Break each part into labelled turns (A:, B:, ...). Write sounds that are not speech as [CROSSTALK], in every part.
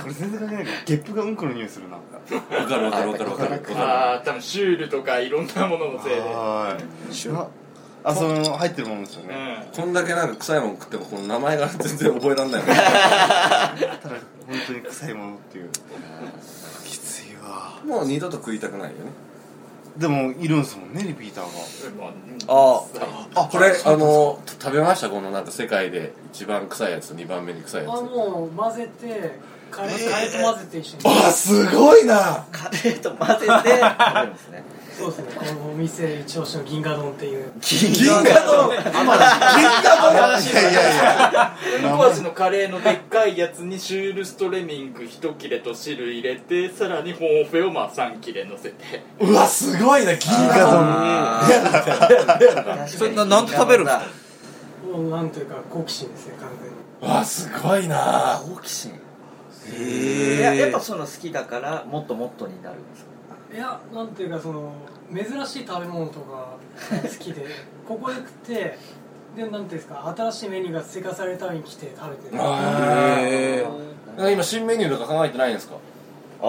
A: これ全然関係ないけどゲップがうんこの匂いするな
B: わかるわかるわかるわかるわか
C: ああ多分シュールとかいろんなもののせいで
A: はーいああその入ってるものですよ
C: う
A: ね、
C: ん
B: るこんだけなんか臭いもん食ってもこの名前が全然覚えらんないもん
A: ただ本当に臭いものっていうきついわ
B: もう二度と食いたくないよね
A: でもいるんですもんねリピーターが
C: まあ
B: あ
A: あ
B: これあの食べましたこのなんか世界で一番臭いやつ二番目に臭いや
D: あ
B: つ
D: もう混ぜてカレーカレーと混ぜて一緒に
B: あすごいな
E: カレーと混ぜて食べるんですね
D: そうですねこのお店一押しの銀河丼っていう
B: 銀河丼
A: いやいやいや
C: うんこ味のカレーのでっかいやつにシュールストレミング1切れと汁入れてさらにホーンオフェをまあ3切れ乗せて
B: うわすごいな銀
E: あー
F: それななんで食べるんですか
D: もうなんというか好奇心ですね完全に
B: うわすごいな
E: 好奇心いや
F: へ
E: やっぱそういうの好きだからもっともっとになるんですか
D: いやなんていうかその珍しい食べ物とか好き [LAUGHS] でここで食ってでなんていうんですか新しいメニューが追加されるために来て食べてる
B: へえ今新メニューとか考えてないんですか
E: あ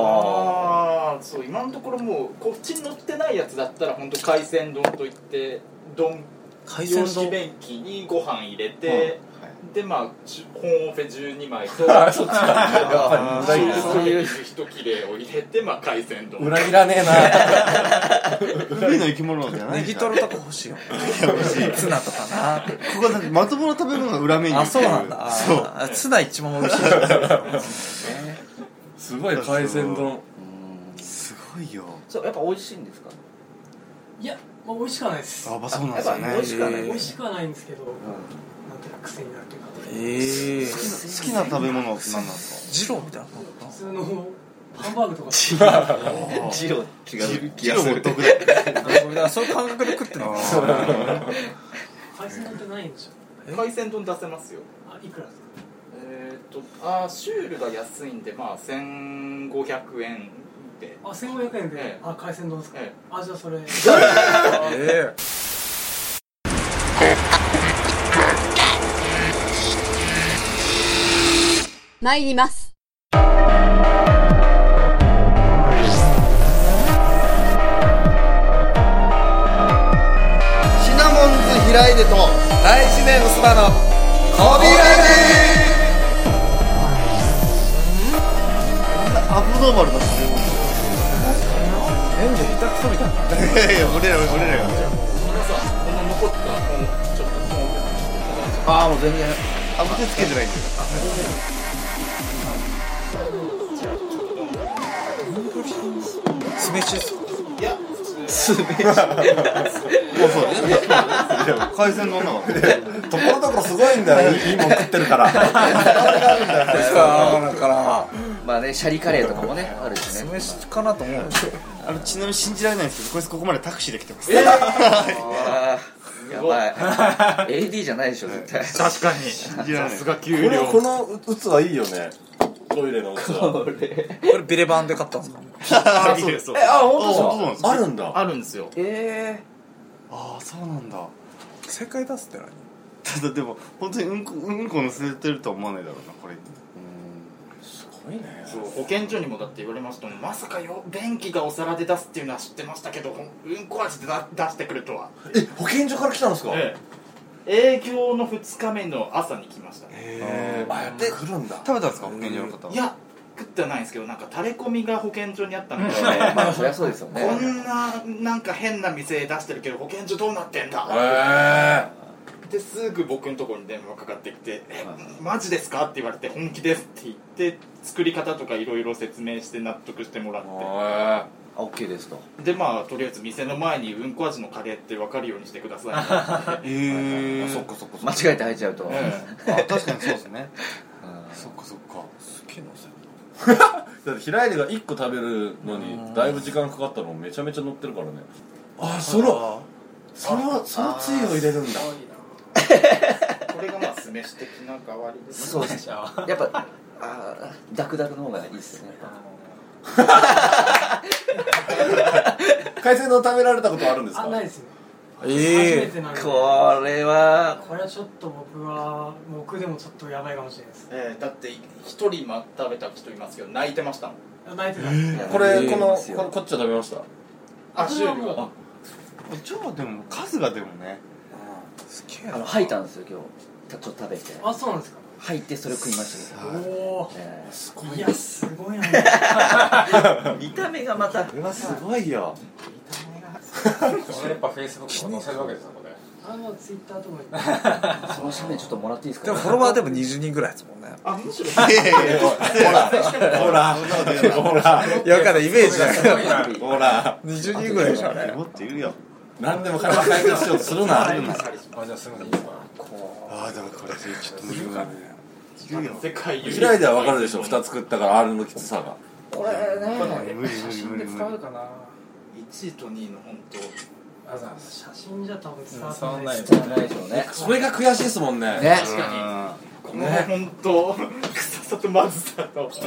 C: ああそう今のところもうこっちに乗ってないやつだったら本当海鮮丼といって丼
F: 海鮮
C: 洋式
F: 丼
C: 便器にご飯入れて、でまあちホーンオフェ12枚とシュ
B: あ
C: ール
B: そっちか
C: ストレミング1切れを入れてまあ海鮮丼
B: 裏切ら [LAUGHS] ねえな
A: 海の生き物じゃない
F: ネ
A: で
F: ギ
A: すか
F: ト
A: こ
F: ロとか欲しいよツナとかな
A: こなんかまともな食べ物が裏メニュー
F: あ
A: って
F: そう
A: い
F: なんだあ
A: そう
F: ーツナ一番美味しいじゃん
B: すごい海鮮丼
A: すごいよ
E: そうやっぱ美味しいんですか
D: いや、まあ、美味しくはないです
A: あまあそうなんですよね
E: やっぱ美味しくはない
F: へ
D: 美
F: ー
D: 味しくはないんですけど、なんていうか癖になるというか
F: ええ
A: 好
F: ー
A: きな食べ物は何なんです
F: ジローみたいな
D: 普通のハンバーグとか
E: [LAUGHS] ジロ違う
A: か色も独
F: [LAUGHS] のかそういう感覚で食ってんの
D: 海鮮丼ってないんでしょ
C: 海鮮丼出せますよ
D: あいくらですか
C: えーっとあーシュールが安いんでまあ1500円で
D: あ1500円で、
C: ええ
D: あ海鮮丼ですか、
C: ええ
D: あじゃあ
A: [LAUGHS]
D: それ
F: ええ
G: 参ります。
A: シナモンズ開いでと
F: 第一年のスパのコビラ
A: アブノーマルな食べ物
F: ジ演技下手くそみたいない
A: やいや俺ら俺らが
C: 皆さんこの残ったこのちょっとこの
A: ああもう全然あぶ手つけてないんだよ
F: 酢飯です
A: もうそうですね海鮮丼なの
B: ところどころすごいんだよいいもん食ってるから
F: かだから
E: まあねシャリカレーとかもねあるし
F: 酢
E: ね
F: 飯かなと思う
A: あのちなみに信じられないんですけどこいつここまでタクシーで来てます
E: あーやばい AD じゃないでしょ絶対
C: 確かに
A: 信じられない
C: が給
B: これこの器いいよねトイレの器
F: これビレバンで買ったんですか
C: あそうです
E: あ
A: そう
E: 本
A: なんです
B: あ
A: か
B: るんだ
C: あるんですよ
E: 当だえ
A: ああそうなんだ
F: 正解出すって何
A: ただでも本当にうんこうんこの捨ててるとは思わないだろうなこれ
B: すごいね
C: そう保健所にもだって言われましたもんまさかよ便器がお皿で出すっていうのは知ってましたけどほんうんこ味でだ出してくるとは
B: え保健所から来たんですか
C: ええ営業の2日目の朝に来ましたね
A: へ
B: あやっぱ来るんだ
A: 食べたんですか保健所の方はい
C: や食ってはないんですけどなんか垂れ込みが保健所にあったので
E: えーまあそりゃそうですよ
C: こ
E: ね
C: んななんか変な店出してるけど保健所どうなってんだ
B: へ
C: ですぐ僕のところに電話かかってきて「えマジですか?」って言われて「本気です」って言って作り方とかいろいろ説明して納得してもらっ
B: え
E: あ OK ですと
C: てでまあとりあえず店の前にうんこ味のカレーって分かるようにしてくだ [LAUGHS] さい
A: ええ
B: そっかそっかそっか
E: 間違えて入っちゃうと
C: え
A: あ確かにそうですねそっかそっか
B: だって平井が1個食べるのにだいぶ時間かかったのめちゃめちゃ乗ってるからねあそのそのそのつゆを入れるんだ
C: えこれがまあ酢飯的な代わりです
E: そうですねやっぱあーダクダクの方がいいですよね
B: 海鮮丼食べられたことあるんですか
D: あないですね
B: へ
D: 初め
A: え
D: てなので
E: これは
D: これはちょっと僕は僕でもちょっとやばいかもしれないです
C: えーだって一人ま食べた人いますけど泣いてましたもん
D: 泣いてたんです
B: これ
E: い
B: こ
E: や
B: の
E: いいですよ
B: ここっちは食べました
C: あ
D: それは
C: 終
D: もう
C: 了
A: ー、じゃあでも数がでもねすげえ
E: あ
A: な
E: の吐いたんですよ今日たちょっと食べて
D: あそうなんですか
E: 吐いてそれを食いました
A: は
D: お
A: い
D: お
E: けど、え
A: すごい
D: い
A: よ
D: やすごいな
E: ー見た目がまた
A: これはすごいよ
H: それやっぱフェイスブックに載せるわけですよこれ
D: あのツイッターとか
E: その写メちょっともらっていいです
F: で
E: か
F: もフォロワーでも20人ぐらいですもんね
C: あむ [LAUGHS] しろ
A: いやいやいやほらほらほら
F: いやわかんないイメージだけど
A: ほら
F: 20人ぐらいでしょうね
A: もっといるよ
B: 何でも体解決しようとするな
H: あじゃあすみませんいいですか
A: ああでもこれちょっと無理だねいるよ
C: 世界唯一
B: 開いたら分かるでしょ2つ食ったからあれのきつさが
E: これね
A: 無理無理無理無理
H: かな
C: 1位と2位の本当
H: あざいます
D: 写真じゃ多分伝わ
H: 伝わ
D: っ
H: ん
D: て
H: な
D: ないい
H: で
D: ですす
E: ないでし
H: ね
E: ょうね
B: それが悔しいですもんね
E: ね
C: 確か
A: か
C: にこの本当 [LAUGHS] 臭さとまずさと
D: いろいろと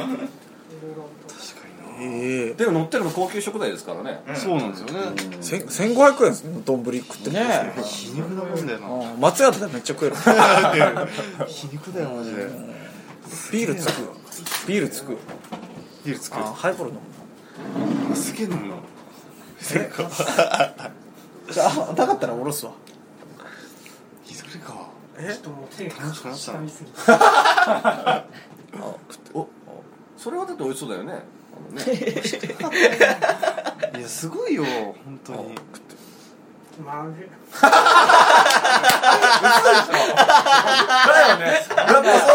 F: ええ
B: でも乗ってるの高級食材ですからね
A: にそうなんですよね
F: 千1500円ですね丼食ってるんですよ
E: ね
A: 皮肉なもんだよな
F: うん松屋とかめっちゃ食える
A: 皮肉だよマジで
F: ビールつくよビールつくよ
A: ビール作
F: あハイボール飲む
A: るすげえ飲むな [LAUGHS]
F: じゃあなかったらおろすわ
A: ひどいか
D: ちょっともう手が
A: 楽しくなった
D: 下
A: な
D: 見すぎて
B: おそれはだって美味しそうだよねあのね
A: いやすごいよ本当に
D: マグ
H: だよねやっぱそう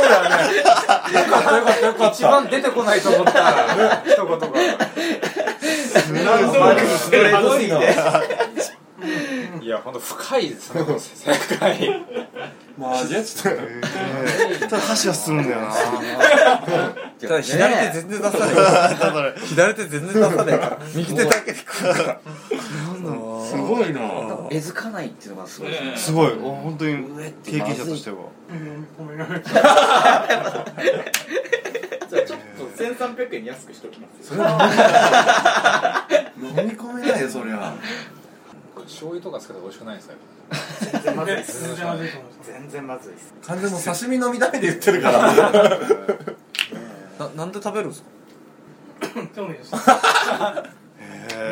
H: だよねよかったよかったよかった一番出てこないと思った一言が
A: なん
H: ストレートすぎていや本当深いですねこの世界
B: マジちょっと
A: ただ箸は進むんだよな
F: ただ左手全然出さない左手全然出さないから右手だけで食うから
B: すごいな
E: えずかないっていうのがすごいですね
A: すごいお本当に
E: 上って
A: 経験者としては
D: うんごめんなさい
C: じゃあちょっと1300円安くしておきます
B: 飲み込めないよそりゃ
H: これ醤油とかつけたら美味しくないんですよ
C: 全然まずいです
D: 全然まず
A: [LAUGHS]
C: 全然まずい
D: いと思います
C: です
B: 完全もう刺身飲みだめで言ってる [LAUGHS] から
F: ななんで食べるんですか
D: 興味
A: [LAUGHS]
D: ですあ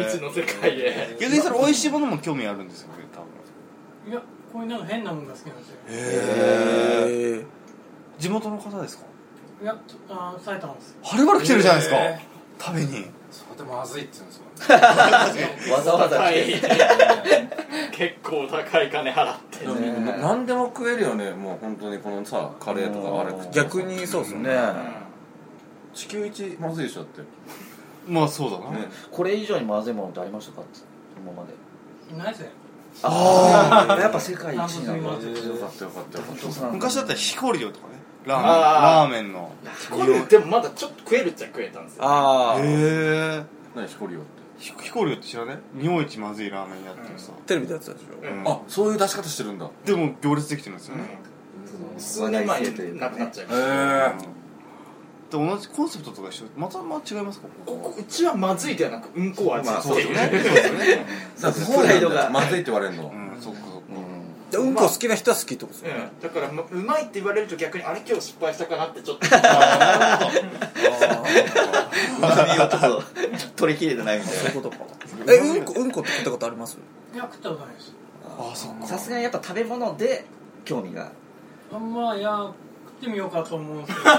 C: 未知の世界へ
A: 逆にそれ美味しいものも興味あるんですよね多分
D: いやこういうなんか変なもんが好きなんですよ
A: へえ
F: え
A: 地元の方ですか
D: いやちょあー埼玉です
A: はるばる来てるじゃないですか
H: え
A: 食べに
H: それでまずいって言うんですよ
E: わざわざ
C: 高
E: 来
C: い
E: て
C: 結構高い金払って
B: でも何でも食えるよねもう本当にこのさカレーとかあれ食って
F: ー逆にそうですよね
B: 地球一まずいでしょって
A: まあそうだな
B: ね
E: これ以上にまずいものってありましたかって今まで
D: いないですね
E: ああやっぱ世界一なんだ
D: あそう
B: よかったよかったよかった
A: 昔だったら
E: ら
A: ヒコリオとかねラーメン
C: あ
A: ラーメンの
C: これでもまだちょっと食えるっちゃ食えたんですよ
F: あ
A: へ
F: あ
A: え
B: 何しこりよって
A: ヒヒコリオって知らない日本一まずいラーメンやってるさ
F: テレビでやってたでし
C: う
F: ょ
C: ん
B: あそういう出し方してるんだへ
A: でも行列できてるんですよね
C: 数年前になくなっちゃいました
B: え
A: で同じコンセプトとか一緒またまあ違いますか
C: ここうちはまずいではなくうんこ味
E: まあ
C: って
E: そう
C: いう
B: だから本来がまずいって言われるの
A: うんそっかそっか
F: でうんこ好きな人は好きってことですよね
C: うんだからまうまいって言われると逆にあれ今日失敗したかなってちょっと
E: をちょっと取り切れてないみたい
F: そういうことかえうんこうんこって食ったことあります
D: いや食ったことないです
A: あそっ
E: な
A: か
E: さすがにやっぱ食べ物で興味が
D: あんまいや食ってみようかと思うんですけどちょ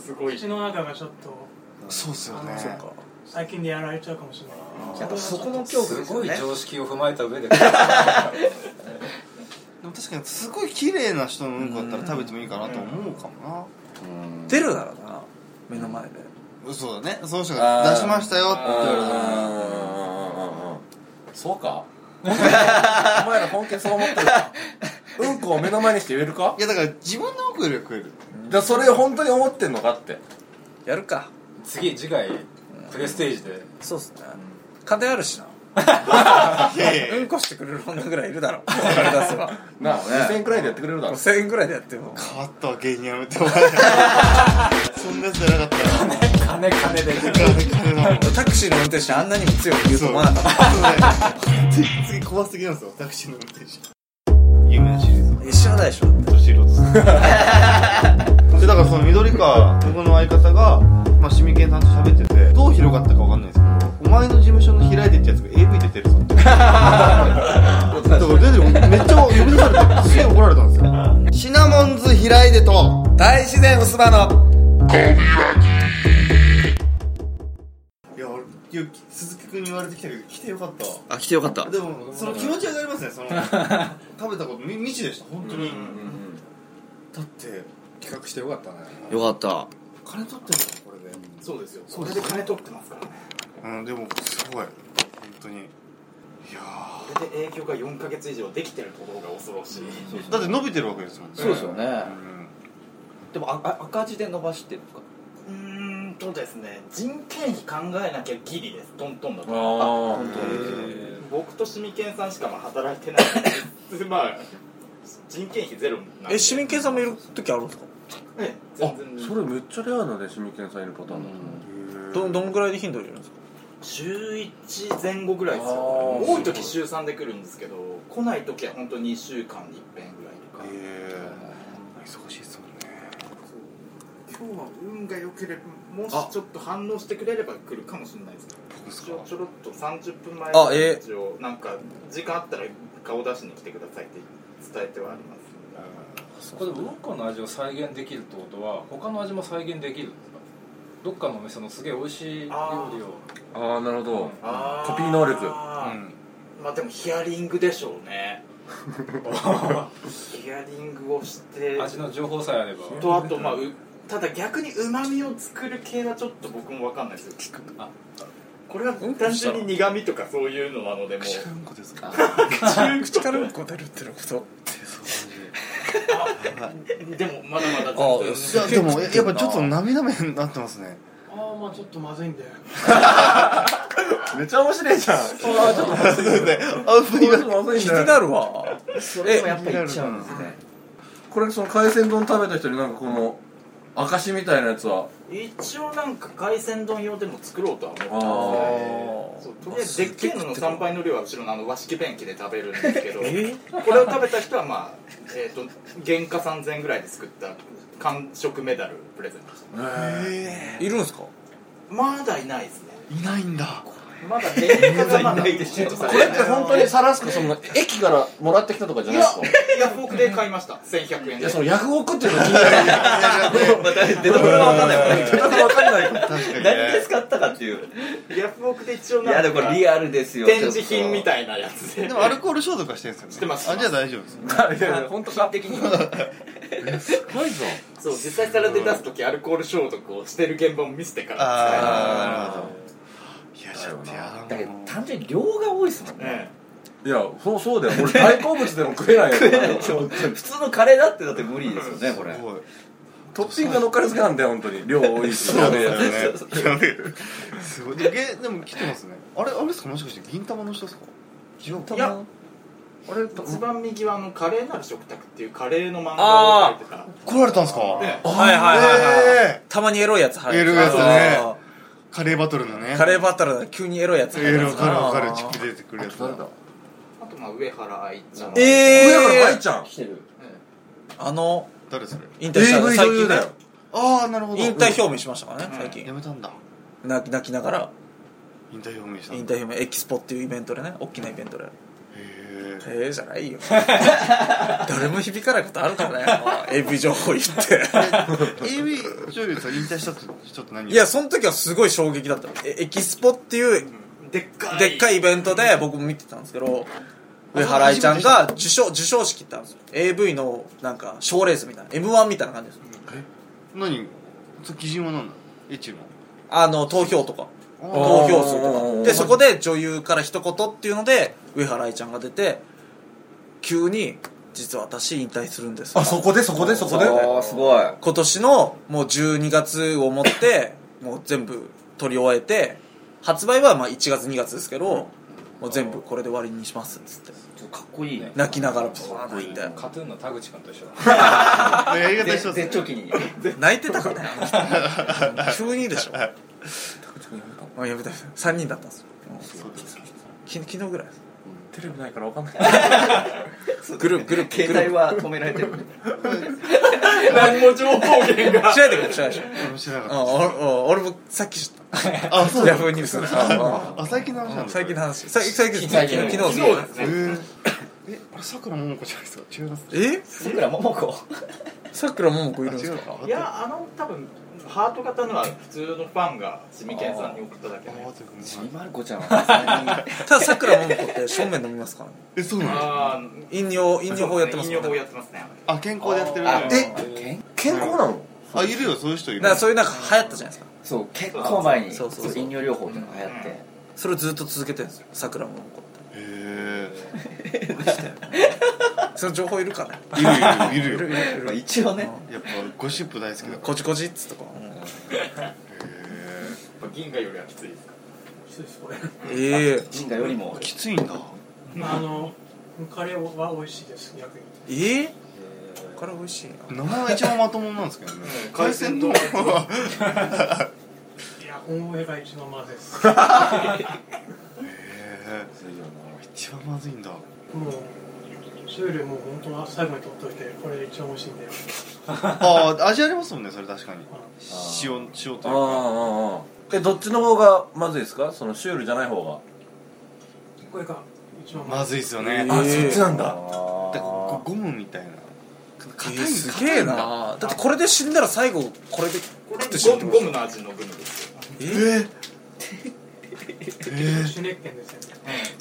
D: っ
C: すご
D: と
C: い
D: 口の中がちょっと
A: そうっすよね
D: あそう最近でやられちゃうかもしれない
E: やっぱそこの恐怖
H: す
E: ですよ
H: ごい
E: ね
H: 常識を踏まえた上で
A: でも確かにすごい綺麗な人のうんこだったら食べてもいいかなと思うかも
F: 出るならな目の前で
A: なそうだねその人が出しましたよって言われたら
B: そうかお前ら本気でそう思ってるかうんこを目の前にして言えるか
A: いやだから自分のうんこよりは [LAUGHS] 食える
B: じゃあそれ本当に思ってんのかって
F: やるか
H: 次次回プレステージで
F: そうっすね金あるしなうんこしてくれる女ぐらいいるだろそれ出せば
B: なあ2000円くらいでやってくれるだろ
F: 5000円ぐらいでやっても
A: [LAUGHS] 変わったわ芸人やめてお前そんなやつじゃなかったよ
H: 金金で
A: 金なの
F: タクシーの運転手あんなにも強く言うと思わなかった
A: そうね次怖すぎなんですよタクシーの運転手有名なシリーズ
F: 一緒でしょ
A: 年色です [LAUGHS] でだからその緑川僕の相方が、まあ、シミケンさんと喋っててどう広がったかわかんないですけどお前の事務所の平出ってやつが AV 出てるぞってだから出てるめっちゃ呼び出されてすげえ怒られたんですよシナモンズ平出と
F: 大自然薄葉の
A: いや俺いや鈴木君に言われてきたけど来てよかったわ
E: あ、来てよかった。
A: でもその気持ちわかりますねその食べたことみ未知でした本当に、だって
F: 企画してよかったね
E: よかった。
A: 金取ってるのこれで
C: そうですよそれで金取ってますからね
A: うんでもすごい本当にいや
C: それで営業が4か月以上できてるところが恐ろしい
A: ーだって伸びてるわけですもんね
E: そうですよね
A: う。ん
E: でも、ああ赤字で伸ばしてるんですか
C: うーんとですね人件費考えなきゃギリですトントンだ
B: あ
C: と
B: あ
E: 本当
C: 僕とシミケンさんしかまあ働いてないので [LAUGHS] まあ人件費ゼロなんで
F: え市民計算もいる時あるんですか
C: ええ
B: あ
C: 全然
B: それめっちゃレアなねシミケンさんいるパターンだと思う
F: どどのぐらいで頻度いるんですか
C: 週1前後ぐらいですよ
B: あー
C: 多い時週3で来るんですけど来ない時は本当2週間に一遍ぐらいとか
A: えー忙しいですもんね
C: 今日は運が良ければもしちょっと反応してくれれば来るかもしれないですけど
A: 僕です
C: ち
A: か
C: ょちょろっと30分前
F: あええ
C: 一応なんか時間あったら顔出しに来てくださいって伝えてはあります
H: これでもどっかの味を再現できるってことは他の味も再現できるんですかどっかのお店のすげえ美味しい料理を
B: ああなるほど
C: あ
B: コピー能力
A: うん
C: まあでもヒアリングでしょうねヒアリングをして
H: 味の情報さえあれば
C: とあとまあうただ逆にうまみを作る系はちょっと僕も分かんないですよ
H: あ
C: これは単純に苦味とかそういうのなのでもう
A: うんこですか
F: 口からうんこ出るってのこと
C: でもまだまだ
F: あ
C: 全
A: いや
C: 然
A: でもやっぱちょっと涙目になってますね
D: ああまあちょっとまずいんだよ
B: めっちゃ面白いじゃん
A: あっ
B: これまずいん
F: 気
B: だ
F: に
B: よ
F: なるわ
E: それでもやっぱりいっちゃうんですね。
B: これその海鮮丼食べた人になんかこの証みたいなやつは
C: 一応なんか海鮮丼用でも作ろうとは思って
B: あ
C: ま
B: あ
C: すそうとりあえずでっけえのの参拝の量は後ろのあの和式便器で食べるんですけど
F: え
C: これを食べた人はまあ、えー、と原価3000円ぐらいで作った完食メダルプレゼントした
A: え
F: いるんですか
C: まだいないですね
A: ーいないんだ
C: まだ原価がまだいな
B: これ
C: い
B: って本当にさらすかその駅からもらってきたとかじゃ
C: い
B: ない
C: や
B: ですか
C: ヤフオクで買いました1100円
B: い
C: で
B: やそのヤフオクっていうの気になる
E: また、出てこれが分かんないもんね。
B: 分かんないか
A: 確
B: ら
A: かに
E: 何で
A: ね
E: 使ったかっていう。
C: ヤフオクで一応
E: い
C: なんか
E: や、でもこれリアルですよ。
C: 展示品み
E: い。
C: たいなやつで
A: でもアルコール消毒はしてるんですよね
C: してます
A: あじゃあ大丈夫ですね
H: 本当か
E: 的には。
B: 怖いぞ
C: そう実際皿で出す時アルコール消毒をしてる現場を見せてから
A: ああなるほどいやちょっとやだ
E: だけど
A: も、う
E: 単純に量が多いですもんね。
C: え
B: いやそうそうだよ俺大好物でも食えないよ
E: [LAUGHS] 普通のカレーだってだって無理ですよね、これ
A: す。ごい
B: トッピングが乗っかりすぎなんだよ本当に量多いし
A: そう
B: べえやつ
A: ですよね。やべえ。すごい。で、げでも来てますね。あれ、あれですかもしかして銀玉の人ですか銀
C: いや
A: あれ、
C: え
A: と
C: 一番右はあの「カレーなる食卓」っていうカレーの漫画を描いてた
A: 来られたんですか
C: え
F: はいはいはいはい
A: え
F: たまにエロいやつ入
A: エロいやつね
F: あ
A: えカレーバトルの
F: ー
A: ね。
F: カ
A: ー
F: レーバトルだ急にエロいやつ
A: バトル。わ
F: やつ
A: かるわかる。チップ出てくるやつ
B: 誰だ
C: あとまあ上原愛ちゃん
F: え
B: 上から入っ
F: え
B: ちゃん
E: 来てる。
F: あの
A: 誰それ
F: 引退したの
B: AV
F: 最
B: 女優
F: 近
B: だ
F: ね
B: よ
A: ああ、なるほど。
F: 引退表明しましたからね最
A: うんや
F: 近
A: めたんだ。
F: 泣き泣きながら
A: 引退表明したん
F: 引
A: だ。へ
F: 退表明エキスポっていうイベントでね大きなイベントで
A: え。
F: ええじゃないよ誰も響かないことあるからねあの AV 情報言って
A: AV 女優さん引退したってちょっと何
F: いやその時はすごい衝撃だったえエキスポっていう
C: でっかい
F: でっかいイベントで僕も見てたんですけど上原愛ちゃんが受賞受賞式行ったんですよ AV のなんか賞レースみたいな m 1みたいな感じです
A: 何その基準は何だエッチの
F: あの投票とか
A: あー
F: 投票数と
B: おー
F: かでそこで女優から一言っていうので上原愛ちゃんが出て急に「実は私引退するんです」
B: あそこでそこでそこで
E: ああ、すごい。
F: 今年のもう12月をもってもう全部撮り終えて発売はまあ1月2月ですけどもう全部これで終わりにしますっつっ
E: ち
F: て
E: ょっとかっこいいね。
F: 泣きながらパーン泣いて
H: カトゥーンの田口君と一緒だ
A: やり方一緒
E: 絶
A: です
C: [LAUGHS]
E: 頂期に。
F: 泣いてたかねあの人急にでしょあやめた3人だったんですよ
A: そうですよ
F: き昨日ぐらいです
H: テレビないからわかんない
F: グループグループグループ
E: 携帯は止められてるね
C: 何も情報 [LAUGHS] 源が
F: 知らないでくれ知らないでくれ
A: [LAUGHS] 俺も知らな
F: あ
A: かっ
F: 俺俺もさっき知った
A: あそ
F: た
A: う
F: ヤ
A: だ
F: フーニュースあ
A: あ最近の話なん
F: あ
A: だ
F: 最近の話最最近
E: 最
F: 最
E: 近
F: 近
E: の
F: 昨日
E: 昨
C: そうで
E: 日
F: 昨日
C: す
A: え
C: ね
A: ーえあれさくらももこじゃないですか違います
F: え
E: さくらももこ
F: さくらももこいるんです
A: 違う
F: か
A: か
C: いやあの多分ハート型のは普通のファンがシミケンさんに送っただけのやつ
E: ちびまる子ちゃんはさす
F: たださくらももこって正面飲みますからね
A: えそうなの
C: あ
F: 飲料飲
C: ー
F: 料法やってます
C: 飲
F: もん
C: 料法
F: ね
C: やってますね
A: あ健康でやってる
E: がに
A: え
E: あ健
H: 健康なの
A: あいるよそういう人い
F: だ
A: る
F: からそういうなんか流行ったじゃないですか
E: そう結構前に
F: そうそうそう
E: そう飲料療法っていうのが流行って
F: それをずっと続けてるんですよさくらももこって
A: へ
F: その情報いるかね
A: えいるよいるよいる
F: いるい
A: よ
F: るい
E: まあ
F: る
E: 一応ね
A: やっぱ俺ゴシップ大好きだから
F: こじこじっつとか
A: へ
C: やっぱ銀河よりはきついですか
D: そうですこれ
F: え
E: 人がよりも
A: えきついんだ
D: あのカレーは美味しいです逆に
F: えええこれ美味しい
A: 名
F: な
A: 前が一番まともなんですけどね
C: うん
A: 海鮮丼 [LAUGHS]
C: 海鮮
D: いや本命が一番まずいです
A: へえ
B: そういうよ
A: 一番まずいんだ
D: もうシュールもう本当は最後に取っといてこれ一番美味しいんだよ
A: あー味ありますもんねそれ確かに塩塩という
B: うな
A: か
B: ああああえどっちの方がまずいですかそのシュールじゃない方が
D: これが一番
A: まずいっすよね
F: えー
A: だって
F: そっちなん
B: だ
A: ゴゴムみたいな
F: え
A: 硬い
F: ーす
A: 硬
F: げえ
A: いんだ
F: なだってこれで死んだら最後これで
C: こ
F: 食ってしま
C: れ
F: って
C: ゴ
F: ま
C: ム
F: す
C: ゴムの味のグミですよ
F: えー
A: え
D: いシュネッケンですよね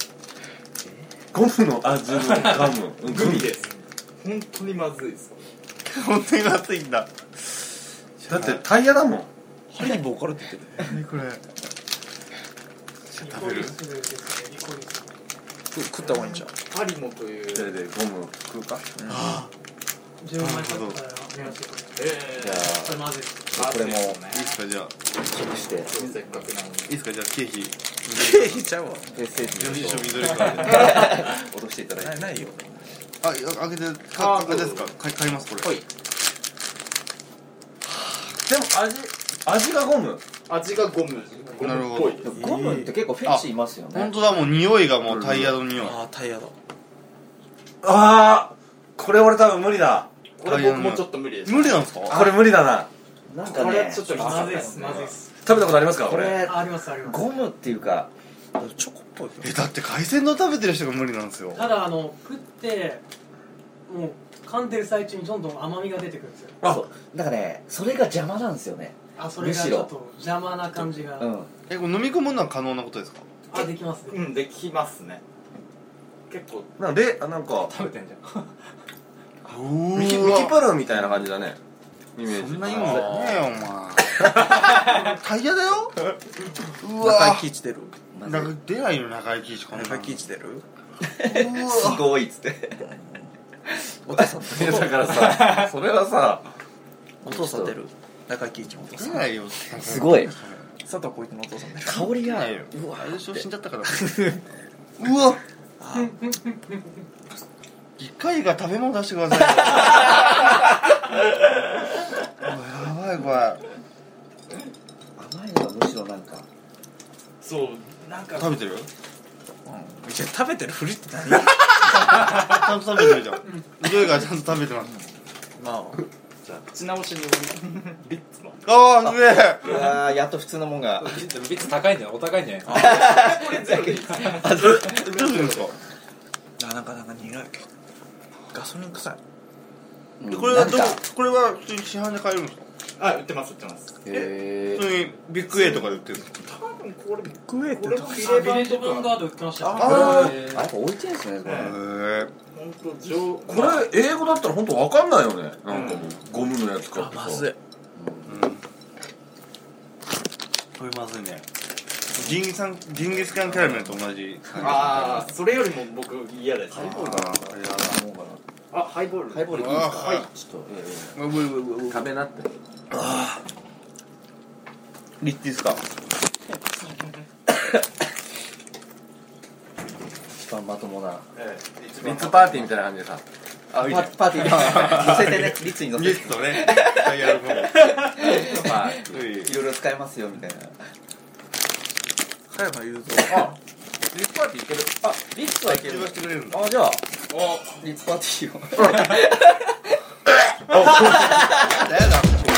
B: ゴムの味のガム [LAUGHS] うん
C: グミです本当にまずいです
A: ー本当にまずいんだ
B: だってタイヤだもん
F: ハリボーから出てる
A: 何これ
D: ニ
A: 食
D: コ
A: べ
D: リ
A: る
D: スですねニコリス
F: 食食った方がいいんじゃん
C: ハリモとい
B: それ
C: う
B: でゴム食うか
A: あ
D: 10枚買ったら見やすいこ
C: え
E: じゃ
C: ー
D: れこれまずいです
E: あこれも
A: ーいいっすかじゃあ
E: 食して
C: せっかくなの
A: いいっすかじゃあ経費
F: 経 [LAUGHS] 費ちゃうわ
E: メッセージ
A: 領
E: を
A: 収書緑川で
E: 落としていただいて
F: ないないよ
A: ああ開けてかあれですか買い買いますこれ
E: はい
B: でも味味がゴム
C: 味がゴムゴムっぽいです
E: ゴムって結構フェチいますよね
A: 本当だもう匂いがもうタイヤの匂い
F: ああタイヤだ
B: ああこれ俺多分無理だ
C: これ僕もちょっと無理です
A: 無理なんですか
B: これ無理だな
E: なんか
C: これ
E: ね
C: ちょっとま
D: ま
C: ず
D: ず
C: い
D: い
C: で
D: ですす
C: ま
D: ま
C: ず
D: ず
C: い
D: い
C: で
D: ですす
B: 食べたことありますか
E: これ
D: あありますあります
E: ゴムっていうか
F: チョコっぽいけ
A: え
F: ど
A: だって海鮮丼食べてる人が無理なんですよ
D: ただあの食ってもう噛んでる最中にどんどん甘みが出てくるんですよ
E: そうなんかねそれが邪魔なんですよね
D: あそれがちょっと邪魔な感じが、
E: うん
A: えこれ飲み込むのは可能なことですか
D: あできますね、
C: うんできますね結構
B: なんであなんか
H: 食べてんじゃん
A: う
B: ミキミキプルンみたいな感じだねイメー
A: そ
B: ジ
A: んなにもねえよお前タイヤだよう
F: 中井
A: わ
F: 貴一出る
E: ま
A: なん
E: ず
A: か出ないよ中井貴一こんなの
F: 中井貴一出る
A: う
E: す
A: わ
E: ごいっつって
F: お父さん
B: いやだから [LAUGHS] さそれはさ
F: お父さん出る中井貴一のお父さ
A: 出
F: ん
A: ないよ
E: すごい
F: 佐藤浩市のお父さん出る
E: 香り
A: 出
E: が
A: ないようわあれでしょ死んじゃったからうわ一回が食べ物出してくださいうわやばいこ
E: 甘いのがむしろなんか
C: そうな
A: れ
C: んか
A: 食べてる
F: うんいや食べてるふりって何
A: ちゃんと食べてるじゃん匂いがちゃんと食べてます
F: まあ
C: 口直しにビッツの
A: ああすげえ
E: うわーやっと普通のもんが
H: ビッツ高いんじゃないお高いんじゃない
C: これゼロでいい
A: どうするんですか
F: あなんかなんか苦いガソリン臭い
E: うん
A: でこれは
E: なん
A: ど
E: か
A: うこれは普通に市販で買えるんですか
C: あ売ってます売ってます
E: へ
A: 普通にビッグ A とかで売ってるんですか
C: 多分これ
F: 食えって
C: これ
F: と
C: も
D: ビ
C: ビレ
D: レ
C: バ
D: バ
C: ン
D: ン
C: と
D: と
C: か
D: バンガード売ってましたね
A: あ
E: ーあやっぱ置いてるんですねこれ
A: へ
C: ね
A: え
C: 本当上
B: これ英語だったら本当わかんないよねなんかもうゴムのやつ買っ
F: あ
B: てさ
F: まずい
A: これまずいねジンギスカンジンギスカンキャラメルと同じ
C: ああそれよりも僕嫌ですね
E: もうか
C: あハイボール
E: なハイボールいいですか
A: あ
E: ちょっと
B: 食べなって
A: リッチですか
E: 一番まともな
C: ええ一
B: リッ
C: 番
B: ツパーティーみたいな感じでさ
E: パパーティーに乗せてねリッツに乗
A: ゲ
E: せて
A: ストねダイヤルコーン
B: まあ
A: うい
E: いろいろ使えますよみたいな
F: 加山雄
H: あリップパーティーいける
E: あリッツはいけ
A: 自
E: る
A: 分してくれるんだ
E: あじゃあリッツパーティーを
A: えずくれ
E: ちょっ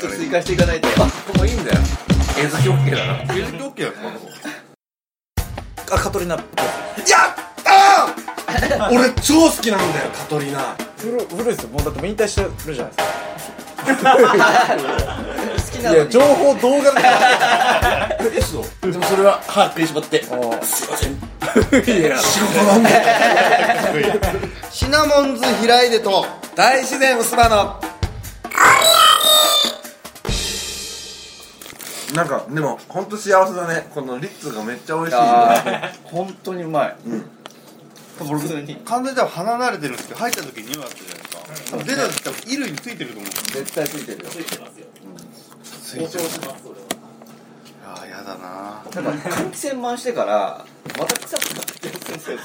E: と追加していかないと
H: もういいんだよ
E: 絵付き OK だな
A: ミュージックオッケーやったの
F: 三あカトリナ
H: 俺超好きなんだよカトリナ
F: 古古いですよもうだってもう引退してるじゃないですか
E: 好きなのに
F: 報動画で
H: でもそれは歯食いしばってすいません仕事なんだ
A: シナモンズ開いでと
F: 大自然薄葉の
B: なんかでも本当幸せだねこのリッツがめっちゃ美味しい
E: あー本当にうまい
A: 俺普通に完全に多分離れてるんですけど入った時に匂いあったじゃないですか多分出た時多分衣類についてると思うんです
E: [LAUGHS] 絶対ついてるよ
A: よああやだな
E: なんか換気扇回してからまた臭くなってる先生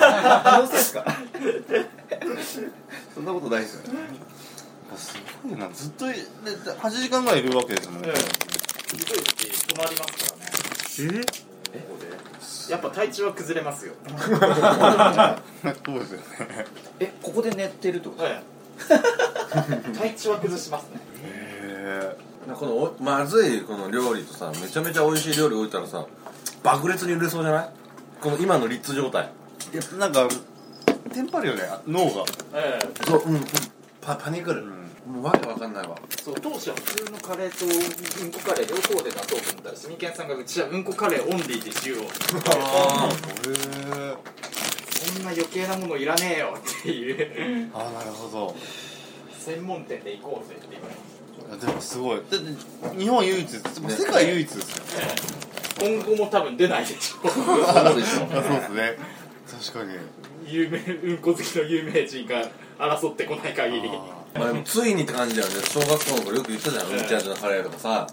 E: どうせですかそんなことないですよね
A: すごいなずっとでで8時間ぐらいいるわけですもんね、
C: ひどい時止まりますからねえやっぱ体調は崩れますよ
A: そうですよね
E: えここで寝てるってこ
C: [LAUGHS]
E: と
C: ええ体調は崩しますね
A: へ
B: このおまずいこの料理とさめちゃめちゃ美味しい料理置いたらさ爆裂に売れそうじゃないこの今のリッツ状態
A: えいやなんかテンパるよね脳が
C: ええ
B: そううんパパニクる、もうわけわかんないわ
C: そう当初は普通のカレーとうんこカレー両方で出そうと思ったらシミケンさんがうちはうんこカレーオンリーで言うを [LAUGHS]
A: あへえ
C: そんな余計なものいらねえよっていう
A: あーなるほど
C: 専門店で行こうぜって言われま
A: い
C: す
A: やでもすごいだって日本唯一です世界唯一ですよ
C: 今後も多分出ないでしょ [LAUGHS]
E: そうでし
A: そ
E: ょ
A: うですね確かに
C: 有名うんこ好きの有名人が争ってこない限り
B: まあでもついにって感じだよね小学校の頃よく言ってたじゃん、うんちゃんちゃんのカレーとかさ、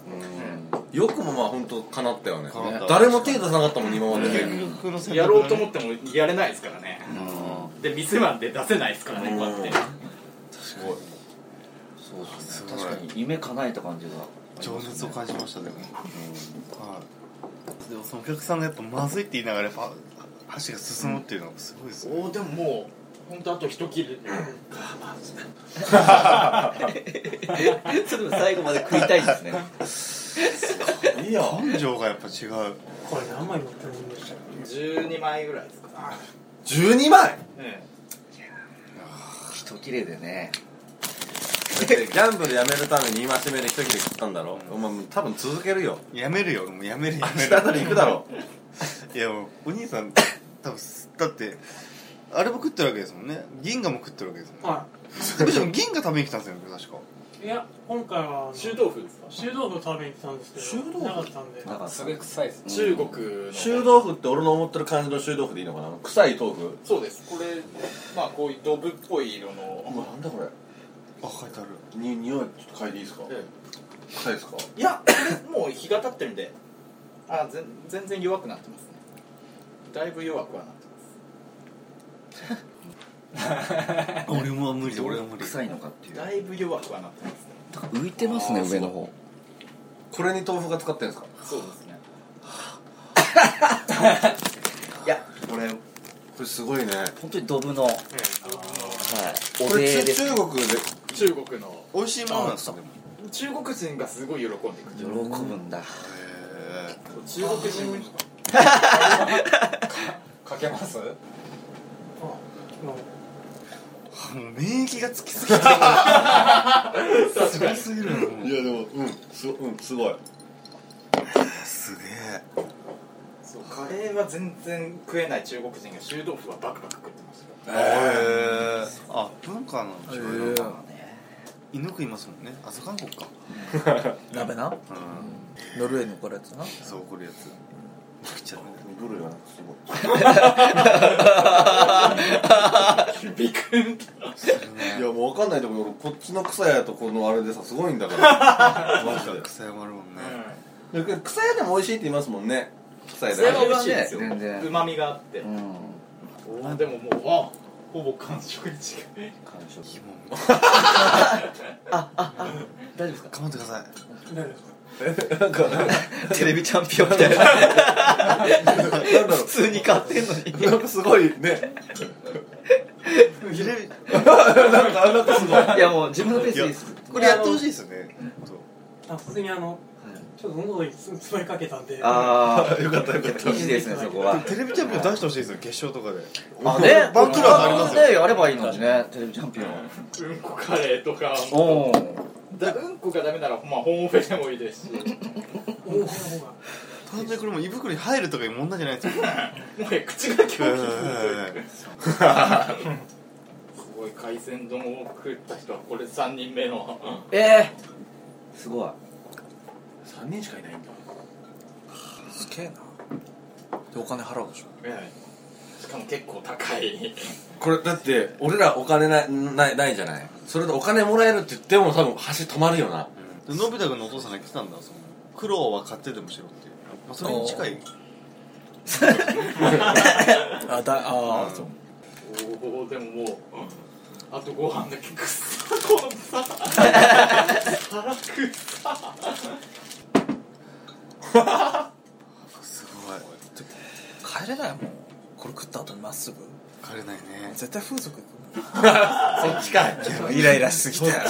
B: よくもまあ本当かなったよね
A: 叶った
B: 誰も手出さなかったもん今までね、
A: 究極の選択
C: やろうと思ってもやれないですからねで店なんで出せないですからねこうやって
E: そうですね
A: ごい
E: 確かに夢叶えた感じが [LAUGHS]
A: 情熱を感じましたね、はいでもそのお客さんがやっぱまずいって言いながらやっぱ箸が進むっていうのがすごいですよ、
C: おおでももう本当あと一切れ
E: それも最後まで食いたいですね
B: いいよ
A: 根性がやっぱ違う
D: これ何枚持ってるんでしたっ
C: 12枚ぐらいですか
B: 12枚
C: え
E: 一切れでね
B: だってギャンブルやめるために戒めで一人で食ったんだろ、お前もう多分続けるよ
A: やめるよもうやめるやめ
B: [LAUGHS] 下たり行くだろ
A: るいやもうお兄さん多分だってあれも食ってるわけですもんね銀河も食ってるわけですもん
D: け
A: ね
D: は
A: むしろ銀河食べに来たんですよね確か
D: いいや今回はあの
C: え臭豆腐ですか
D: 修道具を食べに行ってたんですけどなかったんで
E: だからさ
H: それ臭いです
C: 中国の
B: 臭豆腐って俺の思ってる感じの臭豆腐でいいのかな臭い豆腐
C: そうですこれまあこういうドブっぽい色の
B: うわなんだこれ
A: あ書いてある
B: に匂いちょっと嗅いでいいですか
C: え
B: 臭いですか
C: えいやこれもう日が経ってるんであぜん全然弱くなってますねだいぶ弱くはなってます
A: 俺も無理俺も無理
E: 臭いのかっていう
C: だいぶ弱くはなってますね
E: 浮いてますね上の方
B: これに豆腐が使ってるんですか
C: そうですね
E: いやこれ
B: これすごいね
E: 本当にドブのはい
B: こ
E: お
B: れ
E: 礼
B: 中
E: です
B: 中国で
C: 中国の
A: 美味しいものなんですかでも
C: 中国人がすごい喜んでくれて
E: 喜ぶんだ
A: へ
C: 中国人 [LAUGHS]
H: かけます
D: あもう
A: えもう免疫がつきすぎて
C: 確かに
A: すぎるの
B: いやでもうんす,、うん、すごい
A: すげえ
C: そうカレーは全然食えない中国人が臭豆腐はバクバク食ってましたよ
A: へえあ文化の違いなのかな
E: ね
A: 犬食いますもんねあそう韓国か
F: 鍋な
A: うん
F: ノルウェーのこれやつな
A: そう怒るやつ食っちゃダメだ
B: ブルーがなんかすごい
C: ビクンと
B: いやもう分かんないところこっちの草屋とこのあれでさすごいんだから [LAUGHS] マジで
A: 草山あるもんね
B: で草屋でも美味しいって言いますもんね草屋
C: そ
B: で
C: れ
E: 草
C: は
E: 屋
C: 美味しいですよ
E: 全然
C: うまみがあって
E: うん
C: おーでももうあほぼ完食に近い
E: 感触
A: 肝
E: あああ大丈夫ですか
A: 頑張ってください
D: 大丈夫ですか
E: テレビチャンピオンみたいな普通に買ってんのに
B: なんかすごいねなんかなんかすごい
E: いやもう自分のペースでいいです
A: これやってほしいですね
D: あ普通にあのちょっと喉に詰まりかけたんで
E: ああ
B: よかったよかった
E: 維持ですねそこは
A: テレビチャンピオン出してほしいですよ決勝とかで
E: あね
A: バンクラーズありますよ
E: ねやればいいのにねテレビチャンピオン
C: うんこカレーとか
E: おお
C: だうんこがダメなら、まあ、ホームオフェでもいいですし [LAUGHS] も
D: おおの方が
A: 単純にこれもう胃袋に入るとかいう問題じゃないですよ
C: う口が狂気する
A: うん
C: すごい海鮮丼を食った人はこれ3人目の
E: ええすごい
B: 3人しかいないんだ
F: すげえなでお金払うでしょ
C: しかも結構高い
B: これだって俺らお金ないないないじゃないそれでお金もらえるって言っても多分橋止まるよな
A: でのび太くんのお父さんが来てたんだその苦労は買ってでもしろっていう、まあ、それに近い
F: あだあーそう
C: おおでももうあとご飯だけくっさこのさ腹くっさ
A: すごい
F: 帰れないもんこれ食った後にまっすぐ
A: 枯れないね
F: 絶対風俗 [LAUGHS]
C: そっちかい
F: 行くイライラしすぎて
A: お前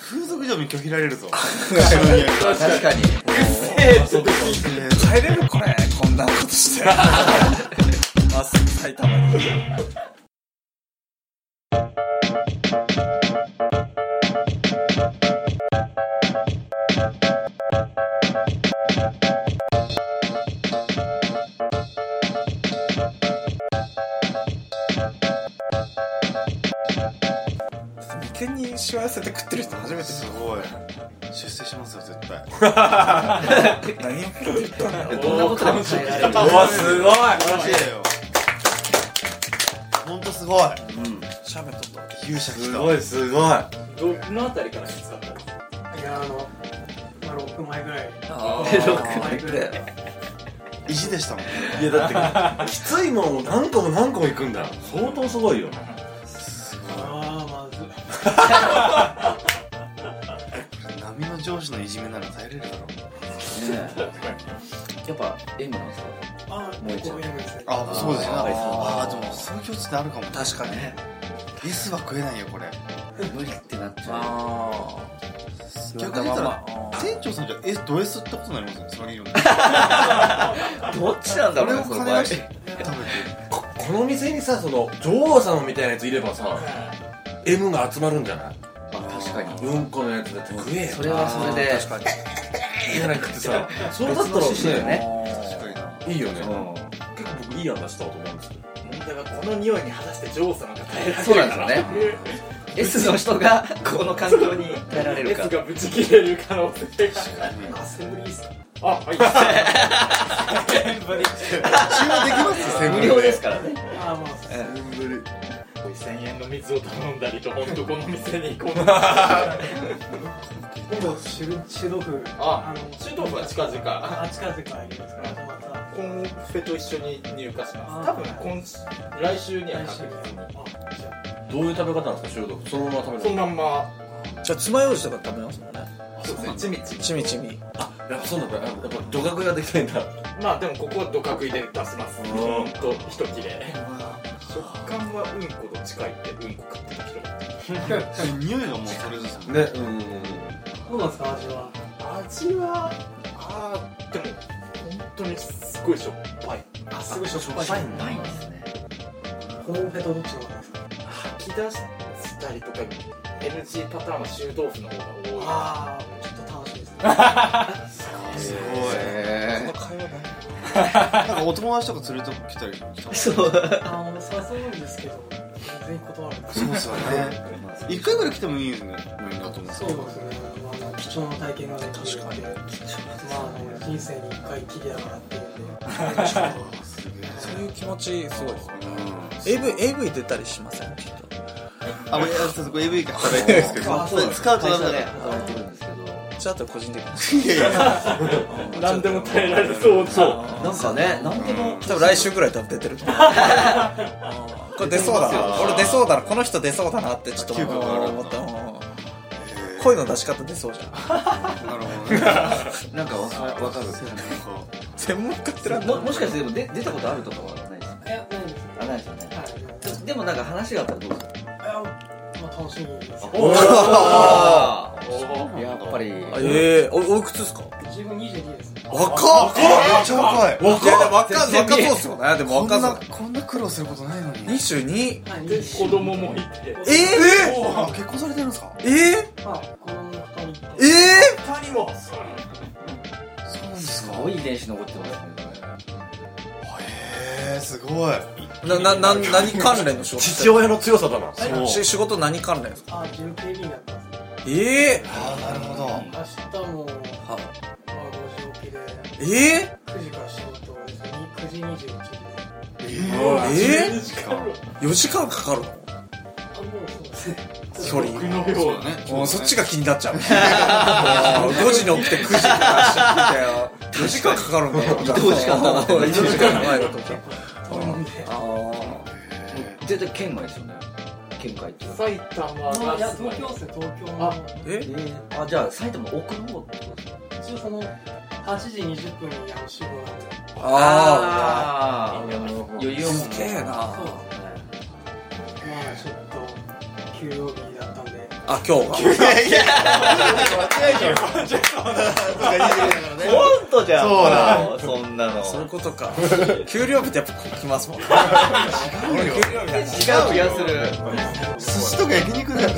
A: 風俗嬢に拒否られるぞ後ろにやるから
E: 確かに
F: 帰れるこれこんなことしてまっすぐ埼玉に眉間にしわ寄せて食ってる人初めて
A: すごい出世しますよ絶対
F: [LAUGHS] 何を食ってる人なんだろう
E: どんなことでも変えられる
F: うわすご
A: 素晴ら
F: い
A: しいよ本当すごい
F: シャーベットと
A: 勇者来
B: す
A: た
B: ごいすごい
C: どのあたりからきつかった
D: いやあの、まあ、6枚ぐらい
E: あ
D: 6枚ぐらい
A: 意地でしたもんね
B: いやだってきついもんを何個も何個もいくんだ相当すごいよ
D: ああまずい
A: 波の上司のいじめなら耐えれるだろう
E: やっぱ縁なんですか
D: ああ
E: もう一度
D: ごめんなさい
A: ああそうですね
E: あー
A: ああでもそういう共通点あるかも
F: 確かに
E: ね
A: S は食えないよこれ
E: 無理ってなっちゃ
F: あ
A: 逆に言ったら店長さんじゃ S ド S ってことになりますよねそれ [LAUGHS] によって
E: うどっちなんだ
A: これ
E: ろう
A: を
E: ねその
A: 金
E: 場合
A: 出して食べて
B: ここの店にさその女王様みたいなやついればさ M が集まるんじゃない
E: まあ確かに
B: うんこのやつだって食えよ
E: それはそれで
F: 確かに
B: じゃなくてさそうだっ
E: 別の趣
B: た
E: 旨
B: ら
E: だよ
B: ね
E: ね
A: 確かにない
B: いよね
E: うん
B: 結構僕いい案出したと思うんですけど
C: 問題はこの匂いに果たして女王様が耐えられるか
E: そうなんですよね S の人がこの環境に耐えられる
C: S
E: か
C: がブチ切れる可能性が
D: アセブリース
C: あはい
A: 中和できますよセブ
E: 無
A: ンで
E: 料ですからね
D: ああまあ
C: 1000円の水を頼んだりと本当この店に行こうな
D: ほぼ主主導府
C: あ
D: の
C: シュトフは近々
D: あっちから世界ですからまた
C: コンフェと一緒に入荷します
D: あ
C: 多分今週来週には
D: 来
C: 確
D: 週
C: 実に
D: あじゃ
B: どういう食べ方なんですか消毒そのまま食べる
C: そのまんま
F: じゃあ爪楊枝とか食べますもんね
C: そうですねちみち
F: ちみちみ
B: あやっぱそうなんだやっぱ土角ができないんだ
C: まあでもここは土角入れ出します
B: うん
C: ほんと一切れ食感はうんこと近いってうんこ買ってた人が
A: 匂いがもうそれですもんね
B: ねうん
D: あどうなんですか味は
C: 味はあーでも本当にすごいしょっぱい
D: あすごいしょっぱい
E: ないんですね
D: コンフェとどっちの方がいいですか
C: 吐き出したりとか NG パターンは臭豆腐の方が
D: ああちょっと楽しいですね
A: すごい
E: へ
F: 会話
A: なんかお友達とか連れてきたり
E: えそう
D: あの誘うんですけど全員断るんです
A: そうっすよね一回ぐらい来てもいいのになと思って
D: そうですね、まああの、貴重な体験ができるのでまああの人生に一回きりだからっていうんで
A: すげえ
F: そういう気持ちすごいですね
A: うん
F: AV, AV 出たりしませんちょっと
A: あ、もう、早速 AV が働いてるんですけど、それ使うとダメだから。
E: 働いてるんですけど
F: じゃああと個人的に
A: いやいや、
C: 何でも耐えられそうそう
E: なんかねなんでも
F: 多分来週ぐらい多分出 [LAUGHS] てると思うあーこれ出そうだな俺出そうだなこの人出そうだなってちょっと
A: 嗅覚があるんだ
F: 思ったもん声の出し方出そうじゃん
A: なるほどね。
E: なんかわかわかる
F: [LAUGHS] 専門家ってなんだ
E: ももしかしてでも出出たことあるとかはないですか
D: いやないですね
E: あないですよね
D: はいい
E: ででもなんか話があったらどうですか
D: やまあ楽しみです
E: あ
C: お
E: ーやっぱり
F: ええおおいくつですか
D: 自分22ですね
F: 若っ
A: めっちゃ若い。
F: 若っ若っ若そうっすよねでも
A: こん
F: 若
A: な
F: そう、
A: こんな苦労することないのに。
F: 22
D: はい
C: で子供もいて
F: え
A: あ、
F: ー、
A: 結婚されてるんですか
F: えー、え
D: まあ子供2人い
F: ー、え
D: て
C: 他にも
A: そうなんです
E: す
A: か
E: ごい遺伝子残ってますね
A: へえ、すごい。
F: ー、な、な、な、何関連の仕事して
B: 父
F: る
B: 親の強さだな
F: し仕事何関連ですか
D: あ自分警備員だったんですね
F: ええ
A: ああ、なるほど。
D: 明日もまあ5時起きで
F: ー、え
D: 9時から仕事をして9時21時で
F: ー、えー、
A: 時間。
F: 4時間かかるの
D: あもうそうですね
F: 距離
C: 僕のような
F: もうそっちが気になっちゃう。5時 [LAUGHS] に起きて9時からしちゃって4時間かかるんだよ。
E: 移動時間だな
F: 4時間前だと。
D: そうなんで
E: ああ絶対県外ですよね県外っていうか
C: 埼玉
D: まあいや
C: が
D: 東京っすね東京
C: あ
D: の
E: え
F: え
E: ー、あじゃあ埼玉奥の方ってことですか
D: 一応その8時20分にあの集合なんで
F: あ
E: あー余裕を
F: あ。
E: 持
F: す
E: っ
F: げえ
E: て
D: そう。
F: な
D: ですねまあちょっと休養日だったんで
F: あ、今日が。
E: コントじゃん
A: そうだ
E: もうそんなの
F: そういうことか。給料日ってやっぱ来ますもんね。
E: 違う気がする
A: 寿司とか焼肉だよ。